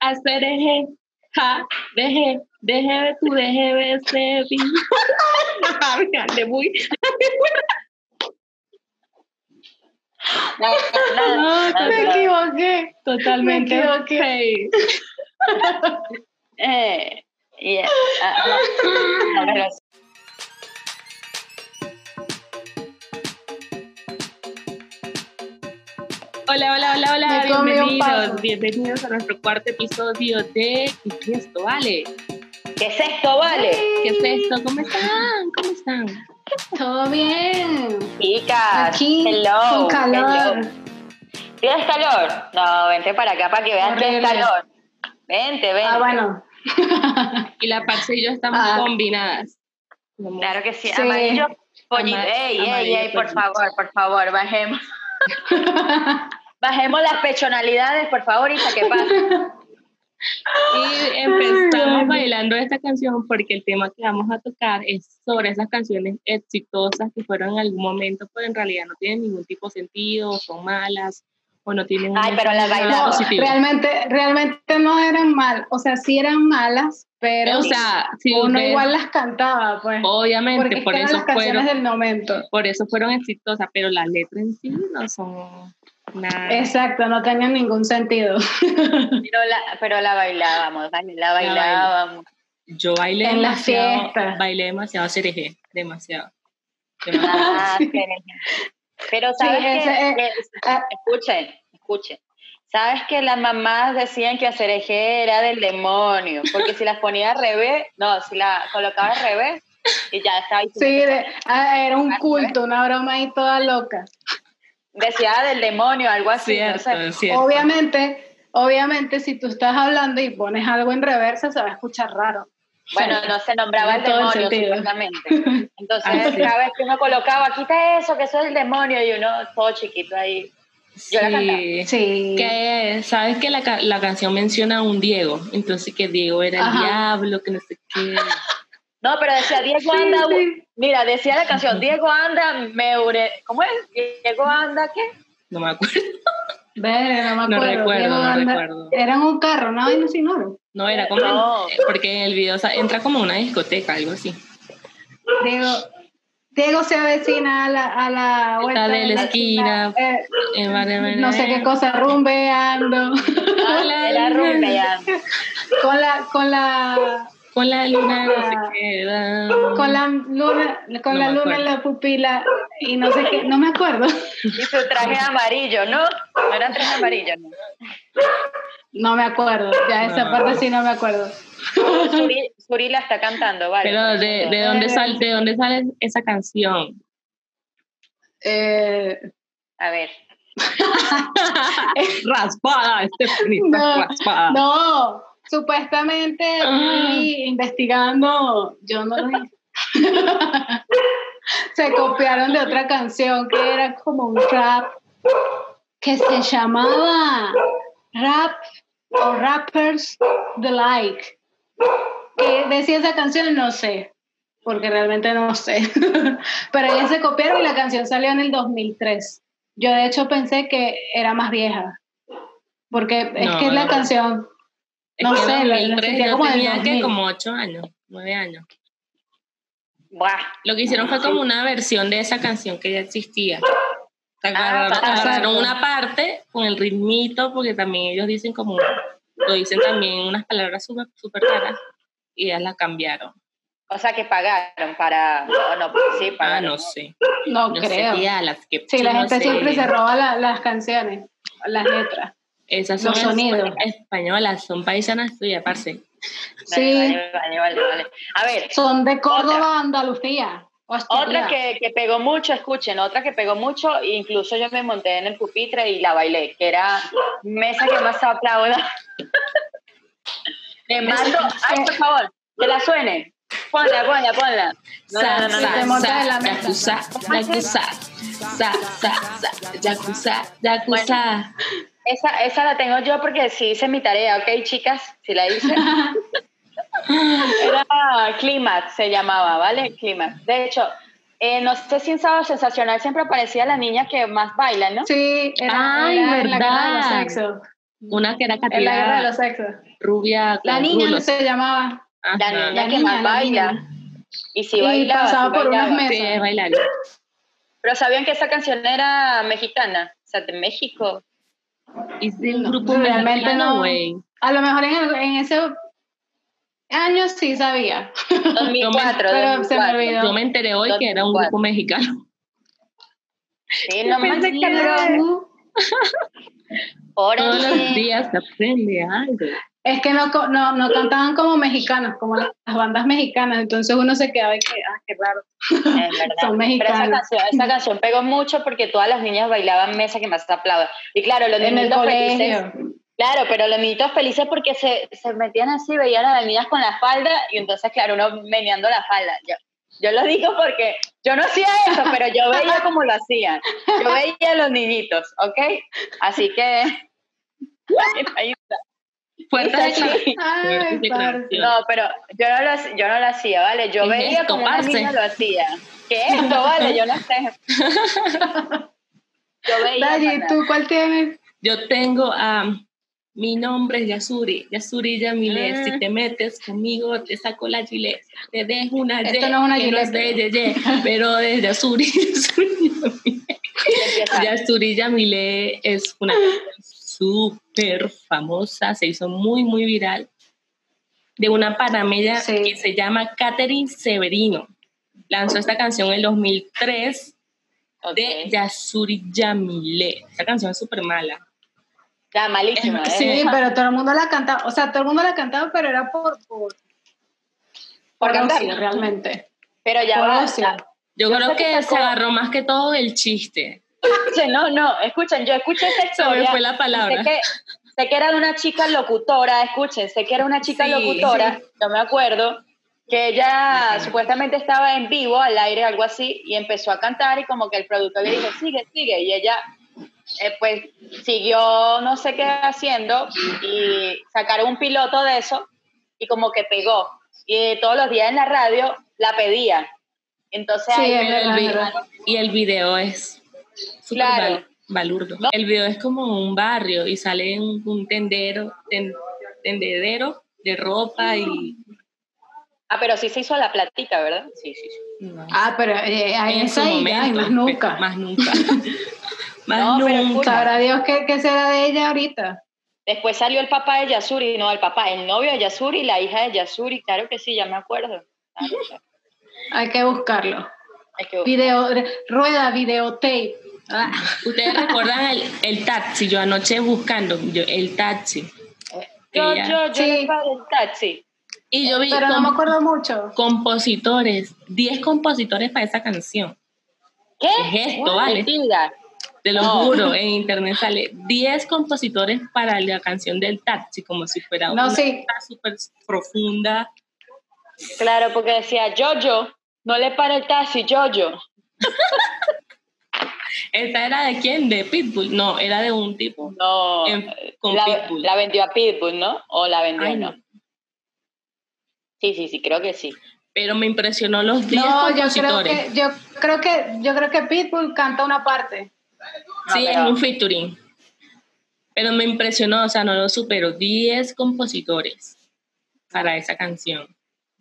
hacer eje, ja, deje, deje de tu, deje de ser. muy. No, nada, nada, Me nada. equivoqué. Totalmente. Me equivoqué. fake. Eh, yeah. Ah, no. No, pero sí. Hola, hola, hola, hola. Me comí un paso. Bienvenidos, bienvenidos a nuestro cuarto episodio de ¿Qué es esto, vale? ¿Qué es esto, vale? ¿Qué es esto? ¿Cómo están? ¿Cómo están? Todo bien. Ah, Chicas, Aquí, hello, con calor. hello. ¿Tienes calor? No, vente para acá para que veas que es Horrible. calor. Vente, vente. Ah, bueno. Y la Pax y yo estamos Ah. combinadas. Claro que sí, Sí. amarillo, pollito. Ama- ey, ey, amarillo, ey, por pollito. favor, por favor, bajemos. Bajemos las pechonalidades, por favor, hija, que pase. Y empezamos Ay. bailando esta canción porque el tema que vamos a tocar es sobre esas canciones exitosas que fueron en algún momento, pero en realidad no tienen ningún tipo de sentido, o son malas o no tienen un Ay, pero las mensaje No, bailamos. positivo. realmente, realmente no eran mal, o sea, sí eran malas, pero o sea, si uno ves- igual las cantaba, pues. obviamente, Porque es por que eran eso las canciones fueron del momento. por eso fueron exitosas, pero las letras en sí no son nada. Exacto, no tenían ningún sentido. Pero la, pero la bailábamos, dale, la bailé. bailábamos. Yo bailé En las demasiado, fiestas. bailé demasiado cereje, demasiado. demasiado. Ah, Sí. pero- Pero sabes Sí, que, ese, que- ah. escuchen, escuchen. Sabes que las mamás decían que hacer eje era del demonio, porque si las ponía al revés, no, si la colocaba al revés, y ya estaba. ahí. Sí, de- ah, era un Ah, pues. culto, una broma ahí toda loca. Decía "Ah, del demonio, algo así. no Cierto, sé. es cierto. Obviamente, obviamente, si tú estás hablando y pones algo en reversa, se va a escuchar raro. Bueno, no se nombraba el Tiene todo el demonio, sentido. supuestamente. Entonces, Ah, sí. cada vez que uno colocaba, quita eso, que eso es el demonio, y uno todo chiquito ahí. Yo la cantaba. Sí. Sí. Que sabes que la, ca- la canción menciona a un Diego, entonces que Diego era el Ajá. diablo, que no sé qué. No, pero decía Diego Sí, anda, sí. mira, decía la canción Diego anda, meure, ¿cómo es? Diego anda, ¿qué? No me acuerdo. Ver, no me No acuerdo. recuerdo, Diego no Banda- recuerdo. Eran un carro, una vaina sin oro. No, era como. eh, No. Porque en el video sa- entra como una discoteca, algo así. Diego, Diego se avecina a la, a la vuelta de la esquina. eh, En Barra- no sé qué cosa, rumbeando. Hola, Era rumbeando. con la, con la, Con la luna no sé qué. da. Ah. con la luna, con No la me luna en acuerdo. la pupila y no sé qué, no me acuerdo. Y su traje amarillo, ¿no? No eran trajes amarillos, ¿no? No me acuerdo, ya esa No. parte sí no me acuerdo. Suri, Suri la está cantando, ¿vale? Pero de, de dónde Eh. sal, de dónde sale esa canción. Eh, A ver. raspada, Stephanie, No, raspada. no, supuestamente fui investigando, yo no lo hice. Se copiaron de otra canción que era como un rap que se llamaba Rap o Rappers The Like. Que decía esa canción, no sé, porque realmente no sé. Pero ellas se copiaron y la canción salió en el 2003. Yo de hecho pensé que era más vieja. Porque es No, que la no. canción Es no que sé, la- la 2003 sentía yo como del tenía que 2000. como 8 años, 9 años. Buah. Lo que hicieron fue como una versión de esa canción que ya existía. Agarraron, Ah, exacto. agarraron una parte con el ritmito, porque también ellos dicen como, lo dicen también unas palabras súper super raras, y ellas la cambiaron. O sea que pagaron para. o no, sí, Ah, pagaron. no sé. No, No creo. sé, tía, las que Sí, la no gente sé. siempre se roba la- las canciones, las letras. Esas son los sonidos. espa- españolas, son paisanas tuyas, parce. Vale, Sí, vale, vale, vale, vale. A ver, son de Córdoba, Otra. Andalucía. Hostia, Otra tía. que, que pegó mucho, escuchen, otra que pegó mucho, incluso yo me monté en el pupitre y la bailé, que era mesa que más aplauda. Te mando, ay, por favor, que la suene. Ponla, ponla, ponla. No, Sa, no, no, no, sa, te no. montas sa, de la mesa. yakuza, yakuza, sa, sa, sa, yakuza, yakuza. Esa, esa la tengo yo porque sí hice mi tarea, ¿ok, chicas? Si la hice. Era Climax, se llamaba, ¿vale? Climax. De hecho, eh, no sé si en Sábado Sensacional siempre aparecía la niña que más baila, ¿no? Sí, era, Ay, era en la verdad. cara de los sexos. Una que era En la guerra de Katia los sexos. rubia. La con niña no rulos. se llamaba. Ajá. La niña La que niña, más la baila. niña. Y si Y bailaba, si pasaba por unas bailaba. mesas. Sí, es bailar. Pero sabían que esa canción era mexicana, o sea, de México. Y sí, un No, grupo realmente mexicano, no. güey. A lo mejor en, el- en ese año sí sabía. 2004, Pero se me 2004. olvidó. Yo me enteré hoy que era un Cuatro. grupo mexicano. Sí, no más Pensé que era- Todos los Órale. días se aprende algo. Es que no, co- no, no cantaban como mexicanos, como las bandas mexicanas. Entonces uno se quedaba y que, ah, qué raro. Es verdad. Son Pero esa mexicanos. canción, esa canción pegó mucho porque todas las niñas bailaban mesa que más aplaudan. Y claro, los En el niñitos felices. colegio. Claro, pero los niñitos felices porque se, se metían así, veían a las niñas con la falda y entonces, claro, uno meneando la falda. Yo, yo lo digo porque yo no hacía eso, pero yo veía cómo lo hacían. Yo veía a los niñitos, ¿ok? Así que... ahí está. Fuertes Esa sí. declaraciones. Ay, Fuertes parce. declaraciones. No, pero yo no lo, hacía- yo no lo hacía, ¿vale? Yo ¿Qué es veía esto, como una parce? niña lo hacía. ¿Qué es esto, vale? Yo no sé. Yo veía. Dayi, pana. ¿tú cuál tienes? Yo tengo a. mi nombre es Yasuri, Yasuri Yamile. Ah. Mm. Si te metes conmigo, te saco la chile. Te dejo una Esto no es una que Gillette. de ye, ye, pero es Yasuri. Yasuri Yamile. Y empieza. Yasturi Yamile es una Ah. súper famosa, se hizo muy, muy viral, de una panameña Sí. que se llama Catherine Severino. Lanzó esta canción en el 2003 Ok. de Yasuri Yamile. Esta canción es súper mala. Está malísima, ¿eh? Sí, pero todo el mundo la cantaba. O sea, todo el mundo la cantaba, pero era por, por, Por por cantar. ocio, realmente. Pero ya por va. ocio. ya- Yo Yo creo sé que que se sacó- agarró más que todo el chiste. Escuchen, no, no, escuchen, yo escuché esa Se me historia. fue la Sé palabra. que, sé que era de una chica locutora, escuchen, sé que era una chica Sí, locutora, no me acuerdo, que ella Ujú. supuestamente estaba en vivo, al aire, algo así, y empezó a cantar y como que el productor le dijo, sigue, sigue, y ella eh, pues siguió no sé qué haciendo y sacaron un piloto de eso y como que pegó. Y todos los días en la radio la pedía. Entonces Sí, ahí es Pero el verdad, vi- es verdad. y el video es súper Claro. val- balurdo. El video es como un barrio y sale un, un tendero, ten- tendedero de ropa y... Ah, pero sí se hizo la platica, ¿verdad? Sí, sí, sí. no. Ah, pero eh, ahí En es ahí. Ay, más pero nunca. Más nunca. más No, pero nunca. Sabrá Dios qué, qué será de ella ahorita. Después salió el papá de Yasuri, no, el papá, el novio de Yasuri, la hija de Yasuri, claro que sí, ya me acuerdo. Claro, claro. Hay que buscarlo. Hay que buscar. Video, rueda, videotape. Ah, Ustedes recuerdan el, el taxi, yo anoche buscando yo, el taxi. Yo, Ella- yo, yo Sí. le pago el taxi. Y yo vi pero no com- me acuerdo mucho. compositores, 10 compositores para esa canción. ¿Qué? ¿Qué es esto, vale? Mentira. Te lo No. juro, en internet sale 10 compositores para la canción del taxi, como si fuera No, una sí. cosa súper profunda. Claro, porque decía, yo, yo, no le para el taxi, yo, yo. ¿Esta era de quién? ¿De Pitbull? No, era de un tipo No. en- con La, Pitbull. la vendió a Pitbull, ¿no? O la vendió, Ay, ¿no? no. Sí, sí, sí, creo que sí. Pero me impresionó los 10 No, yo creo compositores. que, yo creo que, yo creo que Pitbull canta una parte. No, sí, pero- en un featuring. Pero me impresionó, o sea, no lo supero. 10 compositores para esa canción.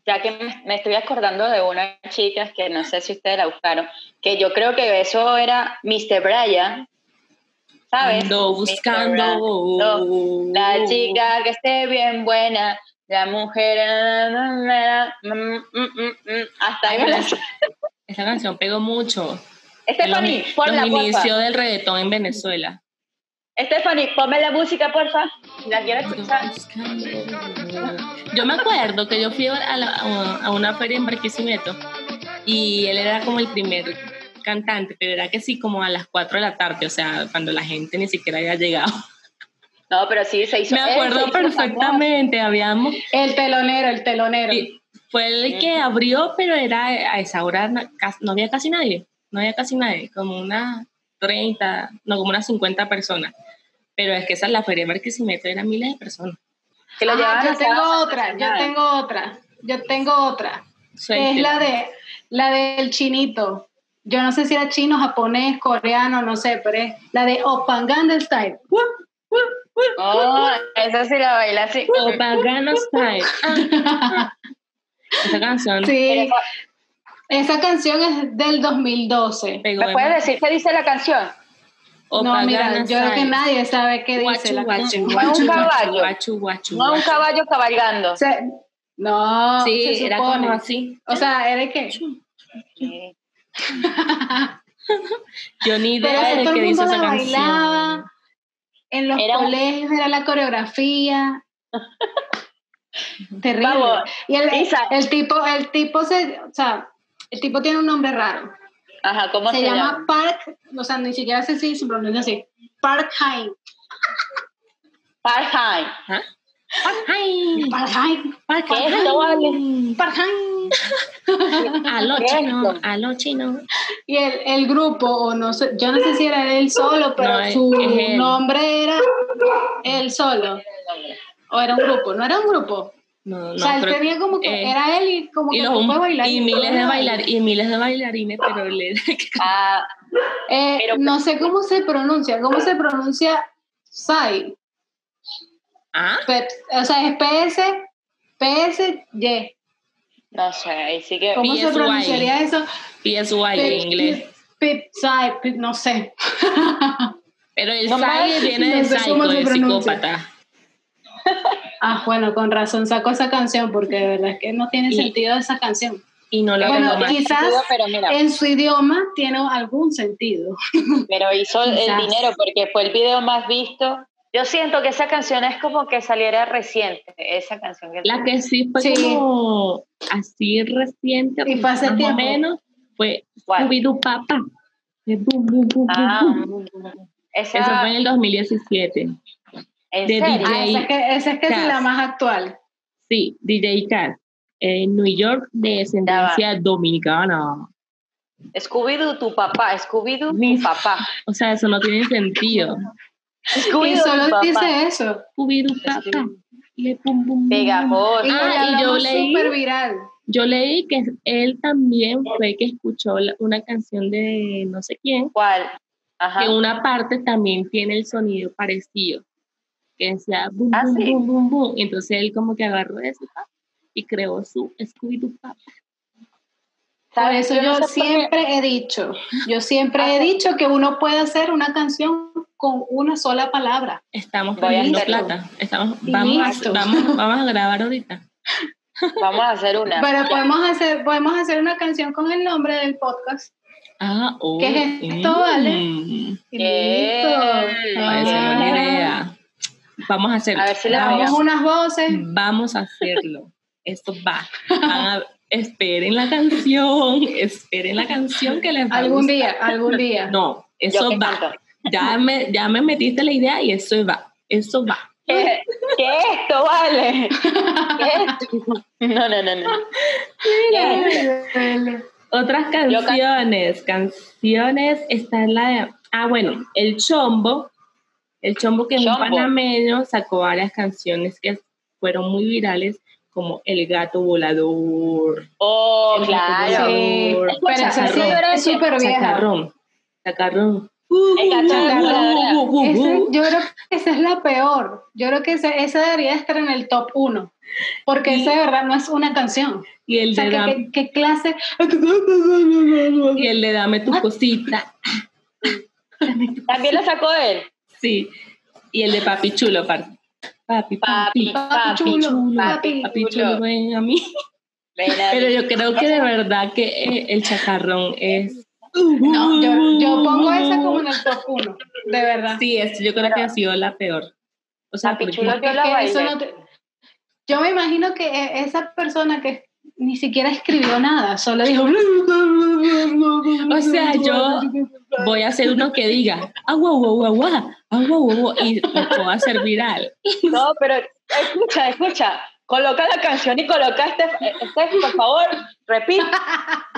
Ya que me- me estoy acordando de una chica que no sé si ustedes la buscaron, que yo creo que eso era Mr. Brian, ¿sabes? Ando Mr. Brian. No, buscando. la Mm. chica que esté bien buena, la mujer. ah, na, na, na, mm, mm, mm, mm. Hasta ahí me la sé. Esa canción pegó mucho. En los, Stephanie, ponla, los inicios porfa. del reggaetón en Venezuela. Stephanie, ponme la música, porfa. La quiero escuchar. Yo me acuerdo que yo fui a, la- a una feria en Barquisimeto y él era como el primer cantante, pero era que sí, como a las 4 de la tarde, o sea, cuando la gente ni siquiera había llegado. No, pero sí, se hizo. Me él se acuerdo hizo perfectamente, habíamos... El telonero, el telonero. sí, Fue el que abrió, pero era a esa hora, no casi- no había casi nadie, no había casi nadie, como unas 30, no, como unas 50 personas. Pero es que esa es la feria de Barquisimeto, eran miles de personas. famoso, que lo Ah, llevaban yo a tengo Sábado otra, yo Nacional. tengo otra, yo tengo otra. que es Suéltela. la de la del chinito. Yo no sé si era chino, japonés, coreano, no sé, pero es la de Opangan del Style. Oh, eso sí la baila así. O Pagano Style. Esa canción Sí, esa canción es del 2012. pegó ¿Me puedes demasiado. Oh, decir qué dice la canción? O no, mira, Pagano yo creo que Style. nadie sabe qué dice Guachu, la guachu, canción. No es guachu, guachu, un caballo. guachu, guachu, No un guachu. caballo cabalgando. Se- no, Sí, se era supone. como así. O sea, ¿era qué? Sí. Yo ni Pero idea esa de todo qué el dice mundo esa la canción. bailaba, en los Era un- colegios era la coreografía. Terrible. Vamos, y el, Isa. el tipo, el tipo se, o sea, el tipo tiene un nombre raro. Ajá, ¿cómo Se, llama, Park, o sea, ni siquiera sé si se pronuncia así. Park Haim. Parheim. Ajá. ¿Ah? Ay, Park Haim. Park- ¿Qué es lo vale? Park Haim. A lo chino, Esto. a lo chino. Y el, el grupo, o no sé, yo no sé si era él solo, pero No, es- su es él. nombre era él solo. O era un grupo, no era un grupo. No, no, o sea, él creo- tenía como que eh, era él y como que y, los, grupo de y bailarines. miles de bailar y miles de bailarines, pero le- Ah, Eh, Pero- pues no sé cómo se pronuncia, cómo se pronuncia Sai. ah, Pe- O sea, es PS, PSY. no sé, ahí sí que. ¿Cómo se PSY. pronunciaría eso? PSY en Pip- inglés. Pip, pip, Psy, pip, no sé. Pero el No psy más, viene de no sé psycho, cómo se de pronuncia. psicópata. Ah, bueno, con razón sacó esa canción porque de verdad es que no tiene Y- sentido esa canción. Y no la Bueno, tengo más. y- quizás- sentido, Pero mira, En su idioma tiene algún sentido. pero hizo el quizás. dinero porque fue el video más visto. Yo siento que esa canción es como que saliera reciente. Esa canción que. La que sí fue Sí. como así reciente, Y fue hace más o tiempo. menos, fue ¿Cuál? Scooby-Doo Papa. De bu, bu, bu, bu, Ah, bu. esa. Eso fue en el 2017. ¿En de DJ. serio? Ah, esa es que, esa es, que es la Cass. más actual. Sí, DJ Cat, en New York, de descendencia dominicana. Scooby-Doo, tu papá. Scooby-Doo, Mis- tu papá. O sea, eso no tiene sentido. Y Scooby-Doo, tu solo papá. dice eso. Scooby-Doo Papa. Le pum, pum, pum. Pegajoso. Ah, y la yo más leí- súper viral. Yo leí que él también fue que escuchó la- una canción de no sé quién, ¿Cuál? Ajá. que una parte también tiene el sonido parecido, que decía bum, Ah, bum, sí. bum, bum, bum. Y entonces él como que agarró eso pa, y creó su Scooby-Doo Papa. Por ¿Sabes? eso Yo yo, no sé por qué- siempre he dicho, yo siempre he Hace- dicho que uno puede hacer una canción con una sola palabra. Estamos Voy a perdiendo hacerlo. plata. Estamos, vamos, a, Listo. vamos, vamos a grabar ahorita. Vamos a hacer una. Pero podemos hacer, podemos hacer una canción con el nombre del podcast. Ah, oh, ¿Qué es esto, mm. vale? Y Bien. listo. Parece Ah. buena idea. Vamos a hacerlo. A ver si le vamos, Grabamos unas voces. vamos a hacerlo. Esto va. Van a- esperen la canción. Esperen la canción que les va a Algún gustar. día, algún día. No, Yo eso que va. canto. Ya me, ya me metiste la idea y eso va. Eso va. ¿Qué, qué es esto, vale? ¿Qué es esto? No, no, no, no. Ay, ¿Qué es esto? vale. Eh, Otras Yo can- canciones, canciones, está en la de- Ah, bueno, El Chombo, El Chombo que es un Chombo. panameño, sacó varias canciones que fueron muy virales, como El Gato Volador, Oh, El Gato claro. Volador, Sí, pero esa sí Chacarrón, es súper vieja. Chacarrón, Chacarrón. Uh, El Gato Volador. Esa- yo creo que esa es la peor. Yo creo que esa, esa debería estar en el top uno. Porque Y- esa de verdad no es una canción. Y el O sea, de ¿qué- Dame, qué, qué clase? y el de Dame Ah. tu cosita, También la sacó él. sí. Y el de Papi Chulo, par- Papi, Papi, papi, papi, papi chulo, papi papi chulo, chulo. ven a mí. Ven a Pero mí. yo creo que de verdad que eh, el chacarrón es. No, yo, yo pongo esa como en el top uno, de verdad. Sí, es, yo creo que ha sido la peor. O sea, Papi porque- chulo. Porque Yo la es que eso bailé. no te- yo me imagino que e- esa persona que ni siquiera escribió nada, solo dijo... O sea, yo voy a hacer uno que diga, agua, agua, agua, agua, agua, y lo puedo hacer viral. No, pero escucha, escucha. Coloca la canción y coloca este, este por favor, repite.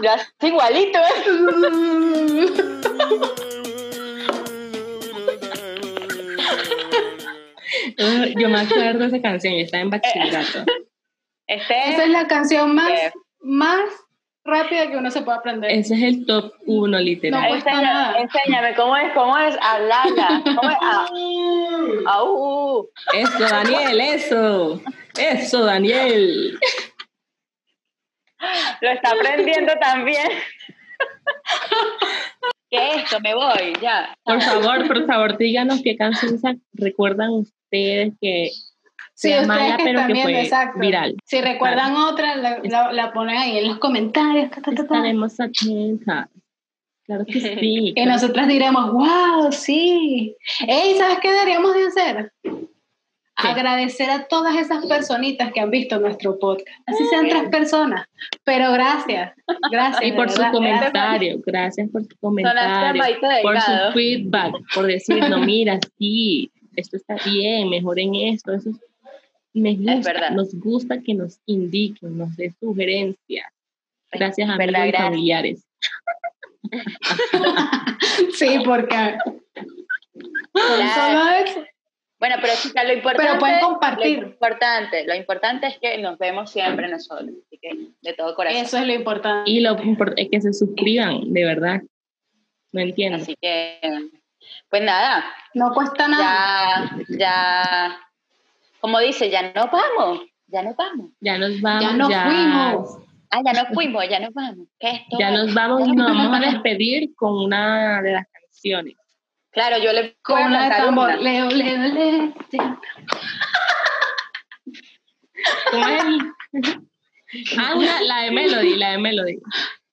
Ya es igualito, ¿eh? Eh, Yo me acuerdo de esa canción, yo estaba en bachillerato. Este Esa es la canción más, Eh. más rápida que uno se puede aprender. Ese es el top uno, literal. No cuesta nada. Enséñame, enséñame, ¿cómo es? ¿Cómo es? Hablarla. ¿Cómo es? Ah, ah, uh, uh. Eso, Daniel, eso. Eso, Daniel. Lo está aprendiendo también. ¿Qué es esto? Me voy, ya. Por favor, por favor, díganos qué canción sa- recuerdan ustedes que Sí, sea ustedes mala, que pero están que viendo, fue exacto. viral. Si recuerdan otra, la, la- la ponen ahí en los comentarios. ta, ta, ta, ta. Estaremos atentas. Claro que sí. Y nosotras diremos, wow, sí. Ey, ¿sabes qué deberíamos de hacer? Agradecer a todas esas personitas que han visto nuestro podcast. Así sean tres personas. Pero gracias. Gracias. Y de por su verdad. comentario, gracias por su comentario, Maite por su Delgado. feedback, por decir, no, mira, sí, esto está bien, mejoren esto, eso es, me gusta, verdad. nos gusta que nos indiquen, nos den sugerencias. Es Gracias a verdad, amigos y gracias. familiares. Sí, porque. Solo eso. Bueno, pero chicas, lo importante. Pero pueden compartir. Lo importante, lo importante es que nos vemos siempre nosotros. Así que, de todo corazón. Eso es lo importante. Y lo importante es que se suscriban, de verdad. No entiendo. Así que, pues nada, No cuesta nada. ya, ya, como dice, ya no vamos, ya no vamos. Ya nos vamos. Ya nos fuimos. Ah, ya no fuimos, ya no vamos. ¿Qué es esto? Ya nos vamos y nos vamos a despedir con una de las canciones. Claro, yo le voy a Con una de cantar tambor. una. Leo, leo, leo. ¿Cómo es? Ah, una- la de Melody, la de Melody.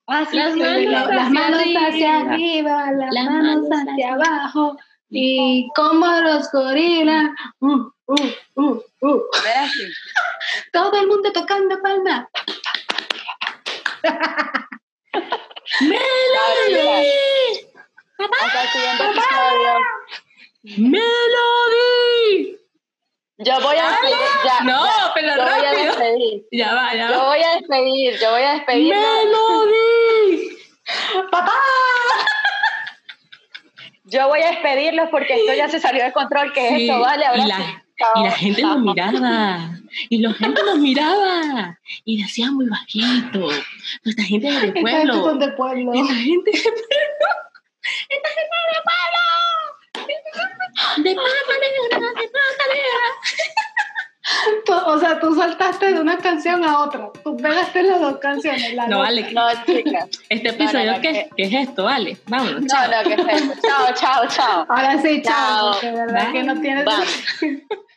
Ah, sí, Las sí, manos la- hacia las manos hacia arriba, las, Las manos manos hacia, abajo. Y como los gorilas, uh, uh, uh, uh. No era así. todo el mundo tocando palma. Chao, chicas. Hasta el siguiente episodio. ¡Melody! Yo voy a despedir. ya, No, ya. pero yo voy rápido. a Ah. despedir. Ya va, ya Yo va. voy a despedir, yo voy a despedir. ¡Melody! ¡Papá! Yo voy a despedirlos porque esto ya se salió de control, que es Sí, esto, vale, ahora y, sí. la, Chao. y la gente nos miraba. Y la gente nos miraba. Y decía muy bajito. Esta gente es del Estas pueblo. son del pues, pueblo. Esta gente de pueblo. Esta gente de pueblo. De pata negra, de pata negra. Tú- O sea, tú saltaste de una canción a otra. Tú pegaste las dos canciones. La No, dos. vale. No, chicas. Este No, no, episodio, no, ¿qué, que- qué es esto? Vale, vámonos. No, no, que es esto. Chao, chao, chao. Ahora sí, chao. Chao. porque De verdad Bye. que no tienes. Bye.